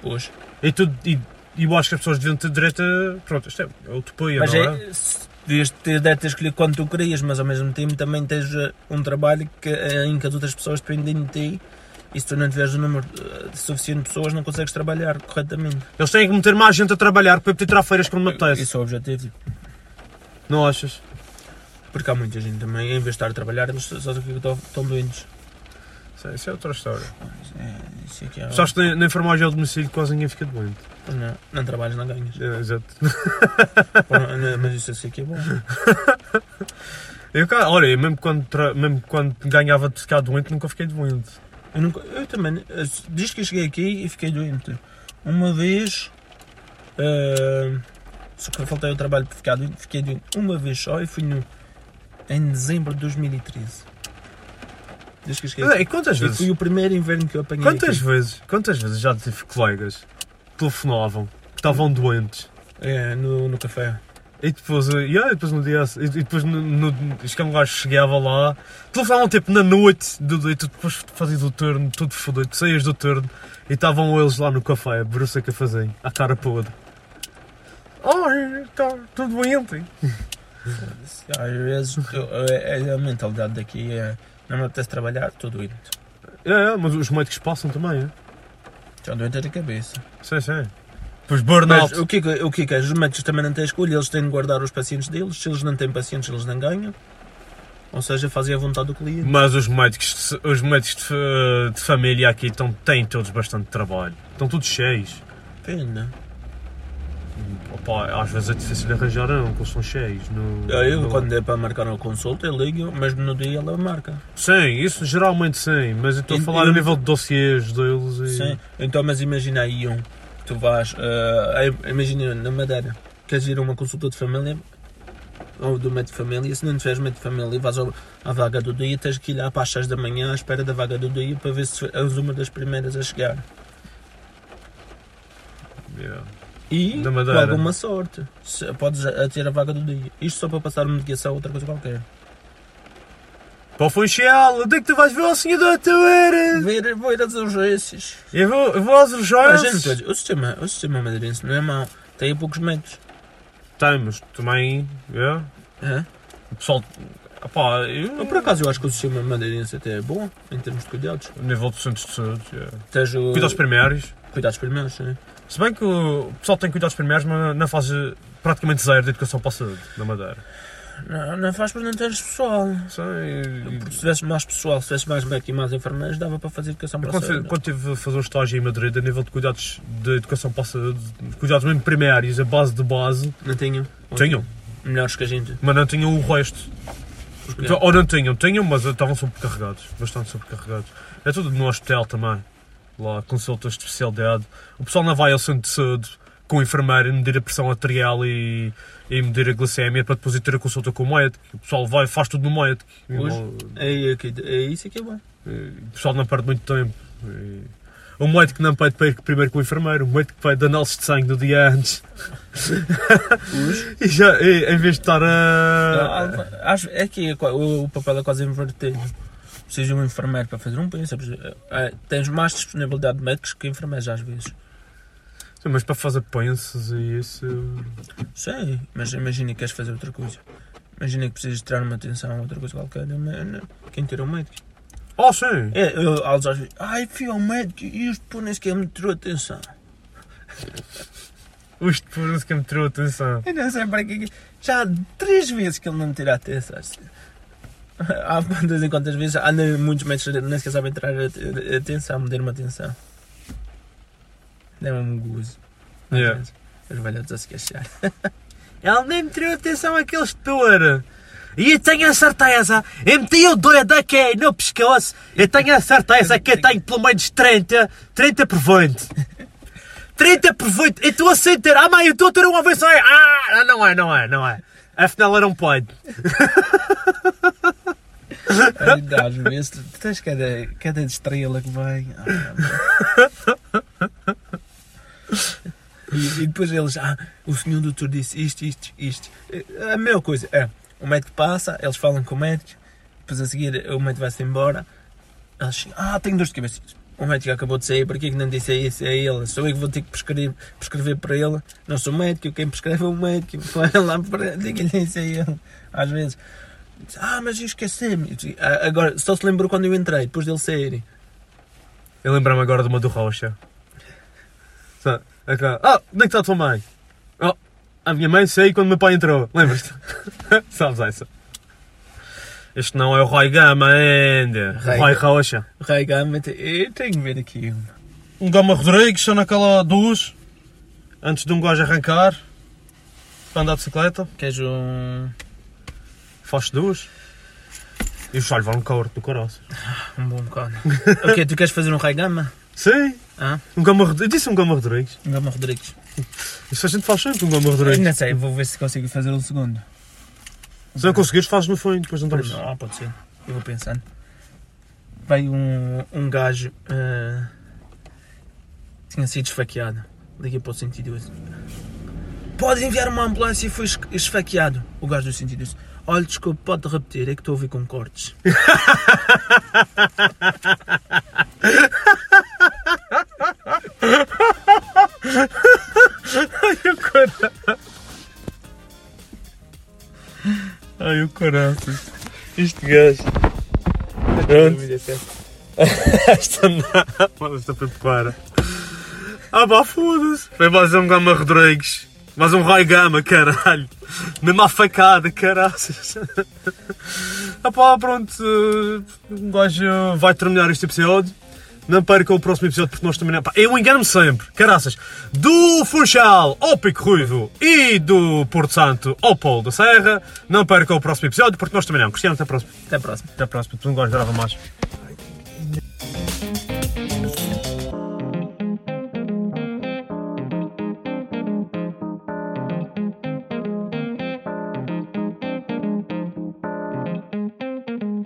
[SPEAKER 4] Pois.
[SPEAKER 3] E, tu, e, e eu acho que as pessoas deviam ter direito a. Pronto, isto é utopia,
[SPEAKER 4] Mas
[SPEAKER 3] não é?
[SPEAKER 4] é, se- devias ter deve ter escolhido quando tu querias, mas ao mesmo tempo também tens eh, um trabalho que, eh, em que as outras pessoas dependem de ti e se tu não tiveres o número eh, suficiente de pessoas não consegues trabalhar corretamente.
[SPEAKER 3] Eles têm que meter mais gente a trabalhar para eu poder tirar feiras quando me apetece.
[SPEAKER 4] Isso é o objetivo.
[SPEAKER 3] Não achas?
[SPEAKER 4] Porque há muita gente também, em vez de estar a trabalhar, eles só só que estão estão doentes.
[SPEAKER 3] Isso é, isso é outra história.
[SPEAKER 4] É, Isso é que é.
[SPEAKER 3] Sabes que na- na enfermagem ao domicílio quase ninguém fica doente.
[SPEAKER 4] Não, não trabalhas, não ganhas.
[SPEAKER 3] É, exato.
[SPEAKER 4] Pô, não- não, Mas isso eu sei que é bom.
[SPEAKER 3] Eu, cá- olha, eu mesmo quando, tra- mesmo quando ganhava de ficar doente, nunca fiquei doente.
[SPEAKER 4] Eu, nunca, eu também. eh, Desde que eu cheguei aqui e fiquei doente. Uma vez. eh, só que faltei ao trabalho por ficar doente. Fiquei doente uma vez só e fui no, em dezembro de 2013. Desde que eu cheguei
[SPEAKER 3] Mas
[SPEAKER 4] aqui.
[SPEAKER 3] é, E quantas
[SPEAKER 4] E foi
[SPEAKER 3] vezes?
[SPEAKER 4] o primeiro inverno que eu apanhei.
[SPEAKER 3] Quantas
[SPEAKER 4] aqui.
[SPEAKER 3] vezes? Quantas vezes já tive colegas que telefonavam, que estavam doentes,
[SPEAKER 4] É, no, no café.
[SPEAKER 3] e depois, eh, yeah, e depois no dia e, e depois no, no, diz que um gajo chegava lá, telefonavam tipo na noite, do, e tu depois fazias o turno, tudo fodido, saías do turno, e estavam eles lá no café, a beber o seu cafezinho, à cara podre. Ai, tá, tudo doente.
[SPEAKER 4] Às vezes eu- é- é a mentalidade daqui é. Não me apetece trabalhar, estou doente.
[SPEAKER 3] É, é, mas os médicos passam também, é?
[SPEAKER 4] Estou doente da cabeça.
[SPEAKER 3] Sim, sim.
[SPEAKER 4] Mas
[SPEAKER 3] Pois burnout.
[SPEAKER 4] o que, é que- o que é que é? Os médicos também não têm escolha, eles têm de guardar os pacientes deles, se eles não têm pacientes, eles não ganham. Ou seja, fazem a vontade do cliente.
[SPEAKER 3] Mas os médicos, de- os médicos de, fa- de família aqui estão, têm todos bastante trabalho. Estão todos cheios.
[SPEAKER 4] Pena.
[SPEAKER 3] Opa, às vezes é difícil de arranjar, não, porque eles são cheios. No,
[SPEAKER 4] Eu,
[SPEAKER 3] no-
[SPEAKER 4] quando é para marcar uma consulta, eu ligo, mas no dia ela marca.
[SPEAKER 3] Sim, isso geralmente sim, mas eu estou a
[SPEAKER 4] E-
[SPEAKER 3] falar
[SPEAKER 4] e-
[SPEAKER 3] a nível de dossiês deles. E...
[SPEAKER 4] Sim. Então, mas imagina aí um, que tu vais, eh, imagina na Madeira, queres ir a uma consulta de família, ou do médico de família, se não tiveres médico de família e vais ao- à vaga do dia, tens que ir lá para as 6 da manhã à espera da vaga do dia para ver se és uma das primeiras a chegar.
[SPEAKER 3] Yeah.
[SPEAKER 4] E
[SPEAKER 3] Da
[SPEAKER 4] com
[SPEAKER 3] Madeira.
[SPEAKER 4] alguma sorte. Se, podes atirar a vaga do dia. Isto só para passar uma medicação ou outra coisa qualquer.
[SPEAKER 3] Para o Funchal, onde é que tu vais ver o senhor da Taueira?
[SPEAKER 4] Ver, vou ir às urgências.
[SPEAKER 3] Eu vou, eu vou aos
[SPEAKER 4] A
[SPEAKER 3] urgências.
[SPEAKER 4] gente, pode- o, sistema, o sistema madeirense não é mau. Tem poucos médicos.
[SPEAKER 3] Temos também. Yeah.
[SPEAKER 4] É?
[SPEAKER 3] O pessoal. Opa, eu.
[SPEAKER 4] Eu, por acaso eu acho que o sistema madeirense até é bom em termos de cuidados.
[SPEAKER 3] A nível dos centros de saúde. Yeah.
[SPEAKER 4] Tens o,
[SPEAKER 3] Cuidados primários.
[SPEAKER 4] cuidados né? primeiros, sim.
[SPEAKER 3] Se bem que o pessoal tem cuidados primários, mas não faz eh, praticamente zero de educação para a saúde na Madeira.
[SPEAKER 4] Não, não faz porque não tens pessoal. Porque se tivesse mais pessoal, se tivesse mais médico e mais enfermeiros, dava para fazer educação para a
[SPEAKER 3] Quando, fi-
[SPEAKER 4] saúde. é?
[SPEAKER 3] quando tive a fazer um estágio em Madrid, a nível de cuidados de educação para a saúde, cuidados mesmo primários, a base de base,
[SPEAKER 4] Não tinham.
[SPEAKER 3] tinham,
[SPEAKER 4] Melhores que a gente.
[SPEAKER 3] mas não tinham o resto.
[SPEAKER 4] Porque-
[SPEAKER 3] Então, ou não tinham, tinham, mas estavam sobrecarregados, bastante sobrecarregados. É tudo no hospital também, lá, consultas de especialidade. O pessoal não vai ao centro de saúde com o enfermeiro e medir a pressão arterial e, e medir a glicemia para depois ir ter a consulta com o médico. O pessoal vai, faz tudo no médico. E
[SPEAKER 4] Pois.
[SPEAKER 3] não-
[SPEAKER 4] É, é, que- é isso que é bom.
[SPEAKER 3] O pessoal não perde muito tempo. E... O médico não pede para ir primeiro com o enfermeiro, o médico pede análises de sangue do dia antes. e já, e, em vez de estar a.
[SPEAKER 4] Ah, Acho, é que é qua- o, o papel é quase invertido. Precisas de um enfermeiro para fazer um pinça. precisas- eh, tens mais disponibilidade de médicos que enfermeiros às vezes.
[SPEAKER 3] Sim, mas para fazer pensos e isso.
[SPEAKER 4] Sei, mas imagina que queres fazer outra coisa. Imagina que precisas tirar uma atenção ou outra coisa qualquer. mas não- Quem tira é o médico?
[SPEAKER 3] Oh, sim!
[SPEAKER 4] É, eu, às vezes, ai, fui ao médico e os pôneis que me tirou atenção.
[SPEAKER 3] Isto por isso que me tirou a atenção.
[SPEAKER 4] Eu não sei para que. que- Já há três vezes que ele não me tira a atenção. Há quantas e quantas vezes. Há nem- muitos médicos que nem sequer sabem tirar a- a atenção, me deram atenção. Deu-me um gozo. Às
[SPEAKER 3] Yeah.
[SPEAKER 4] vezes, Os velhotes a se queixar.
[SPEAKER 3] Ele nem me tirou a atenção àqueles de touro. E eu tenho a certeza, eu meti o doido aqui no pescoço, eu tenho a certeza que eu tenho pelo menos 30, 30 por 20. 30 por 20, eu estou a sentir, ah mãe, eu estou a ter uma vez, ah, não é, não é, não é. Afinal era um pode.
[SPEAKER 4] Ai, dá, Às vezes, tu tu tens cada, cada estrela que vem. Ah, meu. e, e depois eles, ah, o senhor doutor disse isto, isto, isto. É A mesma coisa, é, o médico passa, eles falam com o médico, depois a seguir o médico vai-se embora, eles chegam, ah, tenho dor de cabeça. O médico acabou de sair, para que é que não disse isso a ele? Sou eu que vou ter que prescrever, prescrever para ele. Não sou médico, quem prescreve é o médico. Vai lá para ele, que lhe disse a ele. Às vezes, Diz, Ah, mas eu esqueci-me. Eu digo, "Ah, Agora, só se lembrou quando eu entrei, depois dele sair.
[SPEAKER 3] Eu lembro-me agora de uma do Rocha. Sabe? Aquela, Ah, onde é que está a tua mãe? Oh, a minha mãe saiu quando meu pai entrou. Lembras-te? Sabes essa? Este não é o Roy Gama, ainda.
[SPEAKER 4] Roy-
[SPEAKER 3] Roy Rocha.
[SPEAKER 4] Rai Gama, eu tenho que ver aqui. uma."
[SPEAKER 3] Um Gama Rodrigues, só naquela duas. Antes de um gajo arrancar. Para andar de bicicleta.
[SPEAKER 4] Queres um,
[SPEAKER 3] Faz duas. E o chá levar um couro do coração.
[SPEAKER 4] um bom bocado? ok, tu queres fazer um Rai Gama?
[SPEAKER 3] Sim.
[SPEAKER 4] Ah,
[SPEAKER 3] Um Gama Rodrigues. Eu disse um Gama Rodrigues.
[SPEAKER 4] um Gama Rodrigues.
[SPEAKER 3] Isso a gente faz sempre um Gama
[SPEAKER 4] Eu
[SPEAKER 3] Rodrigues.
[SPEAKER 4] Não sei, vou ver se consigo fazer um segundo.
[SPEAKER 3] Se não conseguires, fazes no fim. Depois não estamos.
[SPEAKER 4] Não, ah, pode ser. Eu vou pensando. Veio um, um gajo. ah, tinha sido esfaqueado. Liguei para o 112. Podes enviar uma ambulância e foi es- esfaqueado. O gajo do 112. Olha, desculpe, pode repetir, é que estou a ouvir com cortes.
[SPEAKER 3] Ai, o caraças. Este gajo. Pronto. Esta não. Mas esta foi para. Ah, pá, foda-se. Foi mais um Gama Rodrigues. Mais um Rai Gama, caralho. Mesmo à facada, caraças. Ah, pá, pronto. eh, Um gajo vai terminar este episódio. Não perca o próximo episódio porque nós também. Pá, eu engano-me sempre, caraças. Do Funchal ao Pico Ruivo e do Porto Santo ao Polo da Serra. Não perca o próximo episódio porque nós também não. Cristiano, até a próxima.
[SPEAKER 4] Até a próxima.
[SPEAKER 3] Até a próxima. Tu não gostas, grava mais.